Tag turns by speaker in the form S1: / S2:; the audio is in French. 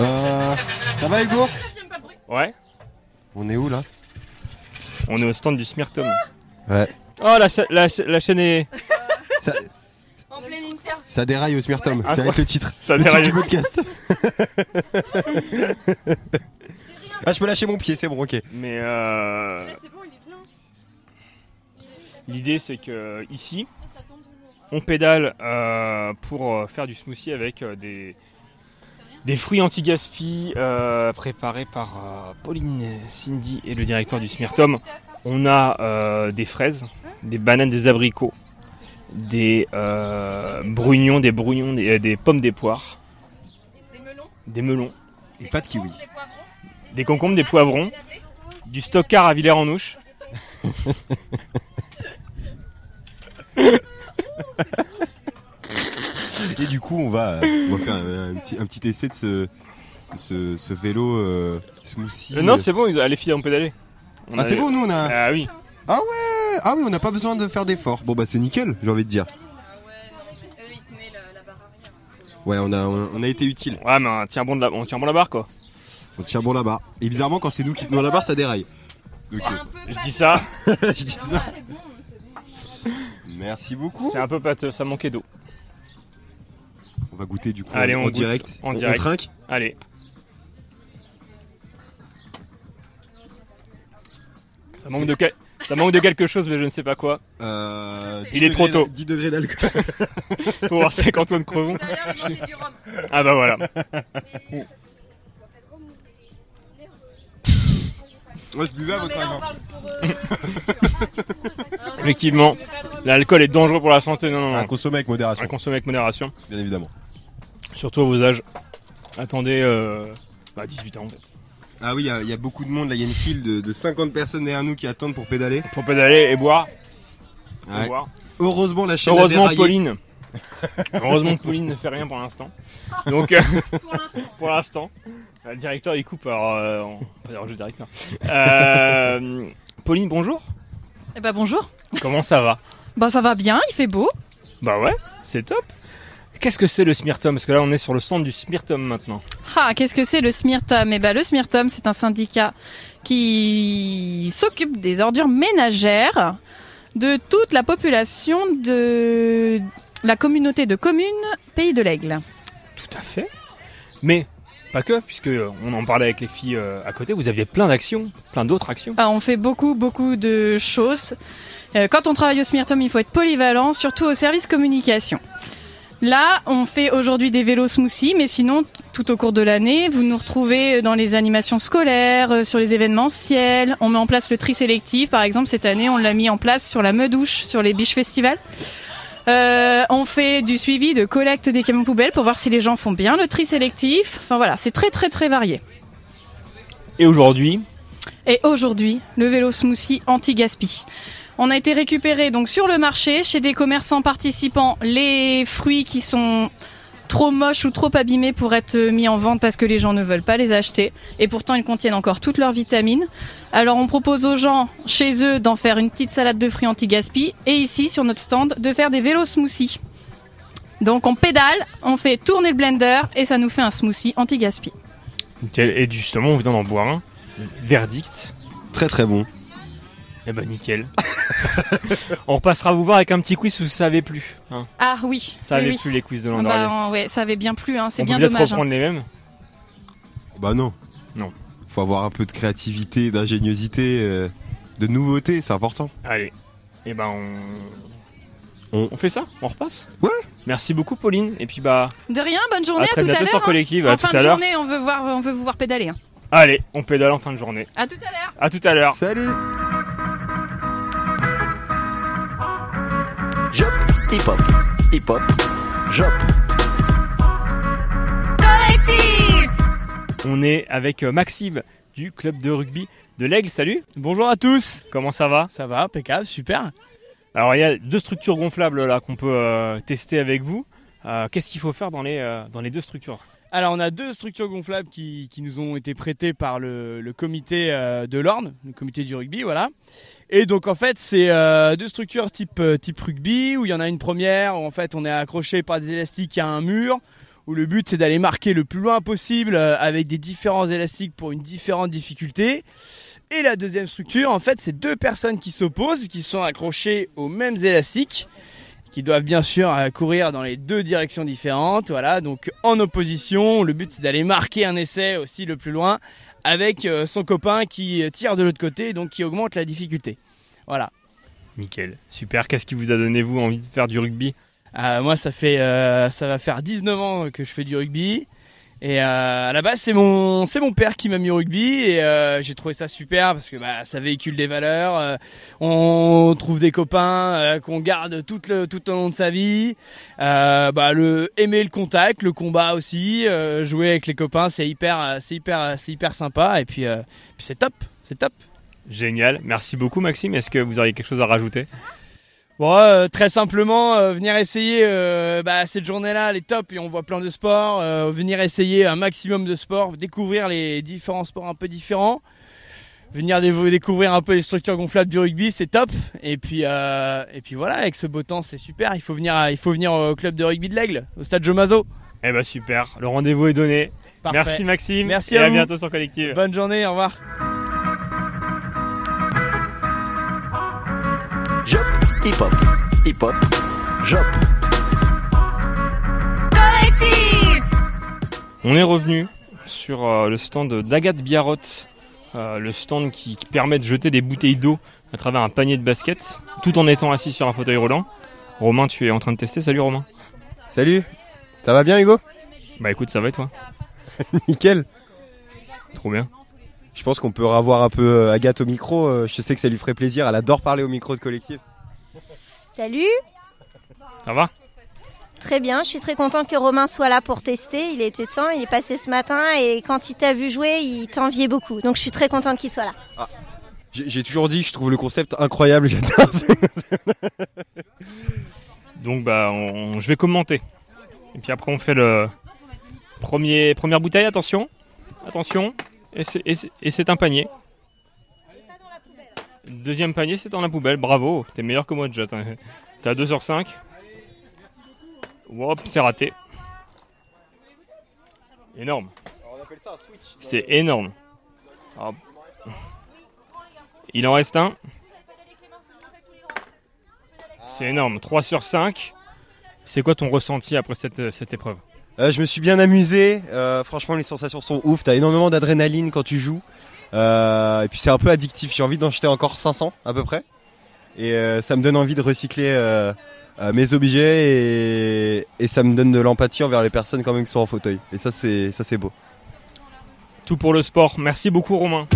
S1: Euh, va Hugo
S2: J'aime pas le bruit.
S3: Ouais.
S1: On est où là
S3: On est au stand du Smirtom.
S1: Ouais.
S3: Oh, la, cha- la, cha- la chaîne est.
S1: Ça,
S2: En pleine infer.
S1: ça déraille au Smirtom,
S3: Ah,
S1: ça va être le titre.
S3: Ça
S1: le titre
S3: déraille.
S1: du podcast. ah, je peux lâcher mon pied, c'est bon, ok.
S3: Mais euh,
S2: Là, c'est bon, il est bien.
S3: l'idée, c'est que ici,
S2: Ça, Ça tombe toujours.
S3: on pédale euh, pour euh, faire du smoothie avec euh, des, des fruits anti-gaspi euh, préparés par euh, Pauline, Cindy et le directeur du Smirtom. On a euh, des fraises, des bananes, des abricots, des euh, brugnons, des brugnons, des, euh, des pommes, des poires,
S2: Des melons.
S3: des melons,
S1: Et pas de kiwi.
S2: Des poivrons.
S3: des concombres, des poivrons,
S2: lavés.
S3: du stockard à Villers-en-Ouche.
S1: Et du coup, on va, euh, on va faire un, un petit, un petit essai de ce, ce, ce vélo euh, smoothie.
S3: Euh, non, c'est bon, ils- les filles ont pédalé. On
S1: Ah,
S3: a-
S1: c'est bon, nous on a.
S3: Ah oui.
S1: Ah oui, on n'a pas besoin de faire d'efforts. Bon, bah c'est nickel, j'ai envie de dire.
S2: Ah ouais, non, eux, ils tenaient la, la barre arrière.
S1: Ouais, on a, on a été utile.
S3: Ouais, mais on tient bon de la, on tient bon la barre quoi.
S1: On tient bon la barre. Et bizarrement, quand c'est nous qui tenons la barre, ça déraille. Donc,
S2: C'est un peu
S3: Je
S2: pas-
S3: dis ça,
S1: euh, je dis
S2: Non,
S1: ça.
S2: C'est bon, c'est bon.
S1: Merci beaucoup.
S3: c'est un peu pâteux, ça manquait d'eau.
S1: On va goûter du coup
S3: Allez,
S1: en,
S3: on
S1: en
S3: goûte.
S1: direct.
S3: En
S1: On-
S3: direct.
S1: On trinque.
S3: Allez, ça manque de, quel- ça manque de quelque chose, mais je ne sais pas quoi.
S1: Euh,
S2: Je sais.
S1: 10
S3: Il est trop
S1: degrés
S3: tôt.
S1: d'al- 10 degrés d'alcool.
S3: Faut voir ça avec Antoine Crevon.
S2: Derrière, il manquait du rhum.
S3: Ah bah voilà.
S1: Moi, je buvais à
S2: Non, mais
S1: votre
S2: là, on
S1: âge.
S2: parle pour eux, c'est sûr. Ah,
S3: Effectivement. L'alcool est dangereux pour la santé. Non, non,
S1: Ah. À
S3: non.
S1: consommer avec
S3: À
S1: modération,
S3: consommer avec modération.
S1: bien évidemment.
S3: Surtout à vos âges. Attendez, euh, bah 18 ans en fait.
S1: Ah oui, il y a- il y, a beaucoup de monde là. Il y a une file de, de 50 personnes derrière nous qui attendent pour pédaler.
S3: Pour pédaler et boire. et
S1: Ouais.
S3: boire.
S1: Heureusement, la chaîne a
S3: Heureusement
S1: déraillé.
S3: Pauline. Heureusement Pauline ne fait rien pour l'instant. Donc euh,
S2: Pour l'instant.
S3: pour l'instant, euh, le directeur il coupe. Alors, euh, on pas dire le directeur. Euh, Pauline, bonjour.
S4: Eh ben bonjour.
S3: Comment ça va
S4: Bah ça va bien, il fait beau.
S3: Bah ouais, c'est top. Qu'est-ce que c'est le Smirtom Parce que là on est sur le centre du Smirtom maintenant.
S4: Ah, qu'est-ce que c'est le SMIRTOM Eh ben le SMIRTOM, c'est un syndicat qui s'occupe des ordures ménagères de toute la population de la communauté de communes Pays de l'Aigle.
S3: Tout à fait. Mais pas que, puisque euh, on en parlait avec les filles euh, à côté, vous aviez plein d'actions, plein d'autres actions.
S4: Ah, on fait beaucoup, beaucoup de choses. Euh, quand on travaille au SMIRTOM, il faut être polyvalent, surtout au service communication. Là, on fait aujourd'hui des vélos smoothies, mais sinon, t- tout au cours de l'année, vous nous retrouvez dans les animations scolaires, euh, sur les événementiels. On met en place le tri sélectif, par exemple, cette année, on l'a mis en place sur la Meudouche, sur les Biches Festival. Euh, on fait du suivi de collecte des camions poubelles pour voir si les gens font bien le tri sélectif. Enfin voilà, c'est très très très varié.
S3: Et aujourd'hui,
S4: Et aujourd'hui, le vélo smoothie anti-gaspi. On a été récupéré donc sur le marché chez des commerçants participants les fruits qui sont trop moches ou trop abîmés pour être mis en vente parce que les gens ne veulent pas les acheter et pourtant ils contiennent encore toutes leurs vitamines. Alors on propose aux gens chez eux d'en faire une petite salade de fruits anti-gaspi et ici sur notre stand de faire des vélos smoothies. Donc on pédale, on fait tourner le blender et ça nous fait un smoothie anti-gaspi.
S3: nickel. et justement on vient d'en boire un. Verdict.
S1: Très très bon.
S3: Eh ben nickel. on repassera vous voir avec un petit quiz où ça avait plus. hein.
S4: Ah oui,
S3: Ça
S4: oui,
S3: avait
S4: oui.
S3: plus les quiz de
S4: Ah
S3: l'an
S4: bah,
S3: dernier.
S4: en- ouais, ça avait bien plu, hein, c'est
S3: On
S4: bien
S3: peut peut-être
S4: dommage. hein.
S3: reprendre les mêmes.
S1: Bah non.
S3: Non.
S1: Faut avoir un peu de créativité, d'ingéniosité, euh, de nouveauté, c'est important.
S3: Allez. Eh ben on...
S1: On-
S3: on fait ça On repasse
S1: Ouais.
S3: Merci beaucoup Pauline. Et puis bah
S4: De rien, bonne
S3: à
S4: journée, à,
S3: très
S4: tout à
S3: bientôt sur
S4: l'heure. hein.
S3: Collective.
S4: En
S3: À
S4: fin
S3: tout
S4: de
S3: à l'heure.
S4: journée, on veut, voir, on veut vous voir pédaler. hein.
S3: Allez, on pédale en fin de journée.
S4: À tout à l'heure.
S3: À tout à l'heure.
S1: Salut
S5: Jop, hip hop, hip hop, jop.
S3: On est avec euh, Maxime du club de rugby de l'Aigle. Salut,
S6: Bonjour à tous
S3: comment ça va
S6: Ça va, impeccable, super.
S3: Alors il y a deux structures gonflables là qu'on peut euh, tester avec vous. Euh, Qu'est-ce qu'il faut faire dans les, euh, dans les deux structures
S6: Alors on a deux structures gonflables qui, qui nous ont été prêtées par le, le comité euh, de l'Orne, le comité du rugby, voilà. Et donc en fait c'est euh, deux structures type, euh, type rugby où il y en a une première où en fait on est accroché par des élastiques à un mur où le but c'est d'aller marquer le plus loin possible euh, avec des différents élastiques pour une différente difficulté. Et la deuxième structure, en fait, c'est deux personnes qui s'opposent, qui sont accrochées aux mêmes élastiques, qui doivent bien sûr euh, courir dans les deux directions différentes. Voilà, donc en opposition, le but c'est d'aller marquer un essai aussi le plus loin avec euh, son copain qui tire de l'autre côté, donc qui augmente la difficulté. Voilà.
S3: Nickel. Super. Qu'est-ce qui vous a donné, vous, envie de faire du rugby
S6: Euh, moi, ça fait, euh, ça va faire 19 ans que je fais du rugby. Et euh, à la base, c'est mon, c'est mon père qui m'a mis au rugby et euh, j'ai trouvé ça super parce que bah, ça véhicule des valeurs. euh, on trouve des copains euh, qu'on garde tout le tout au long de sa vie. Euh, bah, le aimer le contact, le combat aussi, euh, jouer avec les copains, c'est hyper, euh, c'est hyper, c'est hyper sympa. Et puis, euh, puis c'est top, c'est top.
S3: Génial. Merci beaucoup, Maxime. Est-ce que vous auriez quelque chose à rajouter
S6: Bon, euh, très simplement, euh, venir essayer euh, bah, cette journée-là, elle est top et on voit plein de sports. euh, venir essayer un maximum de sports, découvrir les différents sports un peu différents. Venir dévo- découvrir un peu les structures gonflables du rugby, c'est top. Et puis, euh, et puis voilà, avec ce beau temps, c'est super. Il faut venir, à- il faut venir au club de rugby de l'Aigle, au stade Jomazo.
S3: Eh ben super. Le rendez-vous est donné.
S6: Parfait.
S3: Merci, Maxime.
S6: Merci
S3: Et
S6: à
S3: à
S6: vous.
S3: bientôt sur Collective.
S6: Bonne journée, au revoir.
S5: Jop, hip hop, hip hop, jop.
S3: On est revenu sur euh, le stand d'Agathe Biarrot, euh, le stand qui, qui permet de jeter des bouteilles d'eau à travers un panier de basket, tout en étant assis sur un fauteuil roulant. Romain, tu es en train de tester. Salut Romain.
S1: Salut Ça va bien, Hugo
S3: Bah écoute, ça va et toi
S1: Nickel
S3: Trop bien.
S1: Je pense qu'on peut revoir un peu euh, Agathe au micro. euh, Je sais que ça lui ferait plaisir. Elle adore parler au micro de collectif.
S7: Salut
S3: Ça va
S7: Très bien, je suis très contente que Romain soit là pour tester. Il était temps, il est passé ce matin et quand il t'a vu jouer, il t'enviait beaucoup. Donc je suis très contente qu'il soit là.
S1: J'ai j'ai toujours dit, je trouve le concept incroyable. J'adore.
S3: Donc bah on- on- je vais commenter. Et puis après on fait le premier première bouteille. Attention, attention. Et c'est- et c'est et c'est un panier. Deuxième panier, c'est dans la poubelle. Bravo, t'es meilleur que moi hein. déjà. T'as t'as 2 sur 5. Hop, c'est raté. Énorme. C'est énorme. Hop. Il en reste un. C'est énorme, 3 sur 5. C'est quoi ton ressenti après cette, cette épreuve
S1: Euh, je me suis bien amusé. Euh, franchement, les sensations sont ouf. T'as énormément d'adrénaline quand tu joues. Euh, et puis c'est un peu addictif. J'ai envie d'en jeter encore 500 à peu près. Et euh, ça me donne envie de recycler euh, euh, mes objets et, et ça me donne de l'empathie envers les personnes quand même qui sont en fauteuil. Et ça, c'est ça, c'est beau.
S3: Tout pour le sport. Merci beaucoup Romain.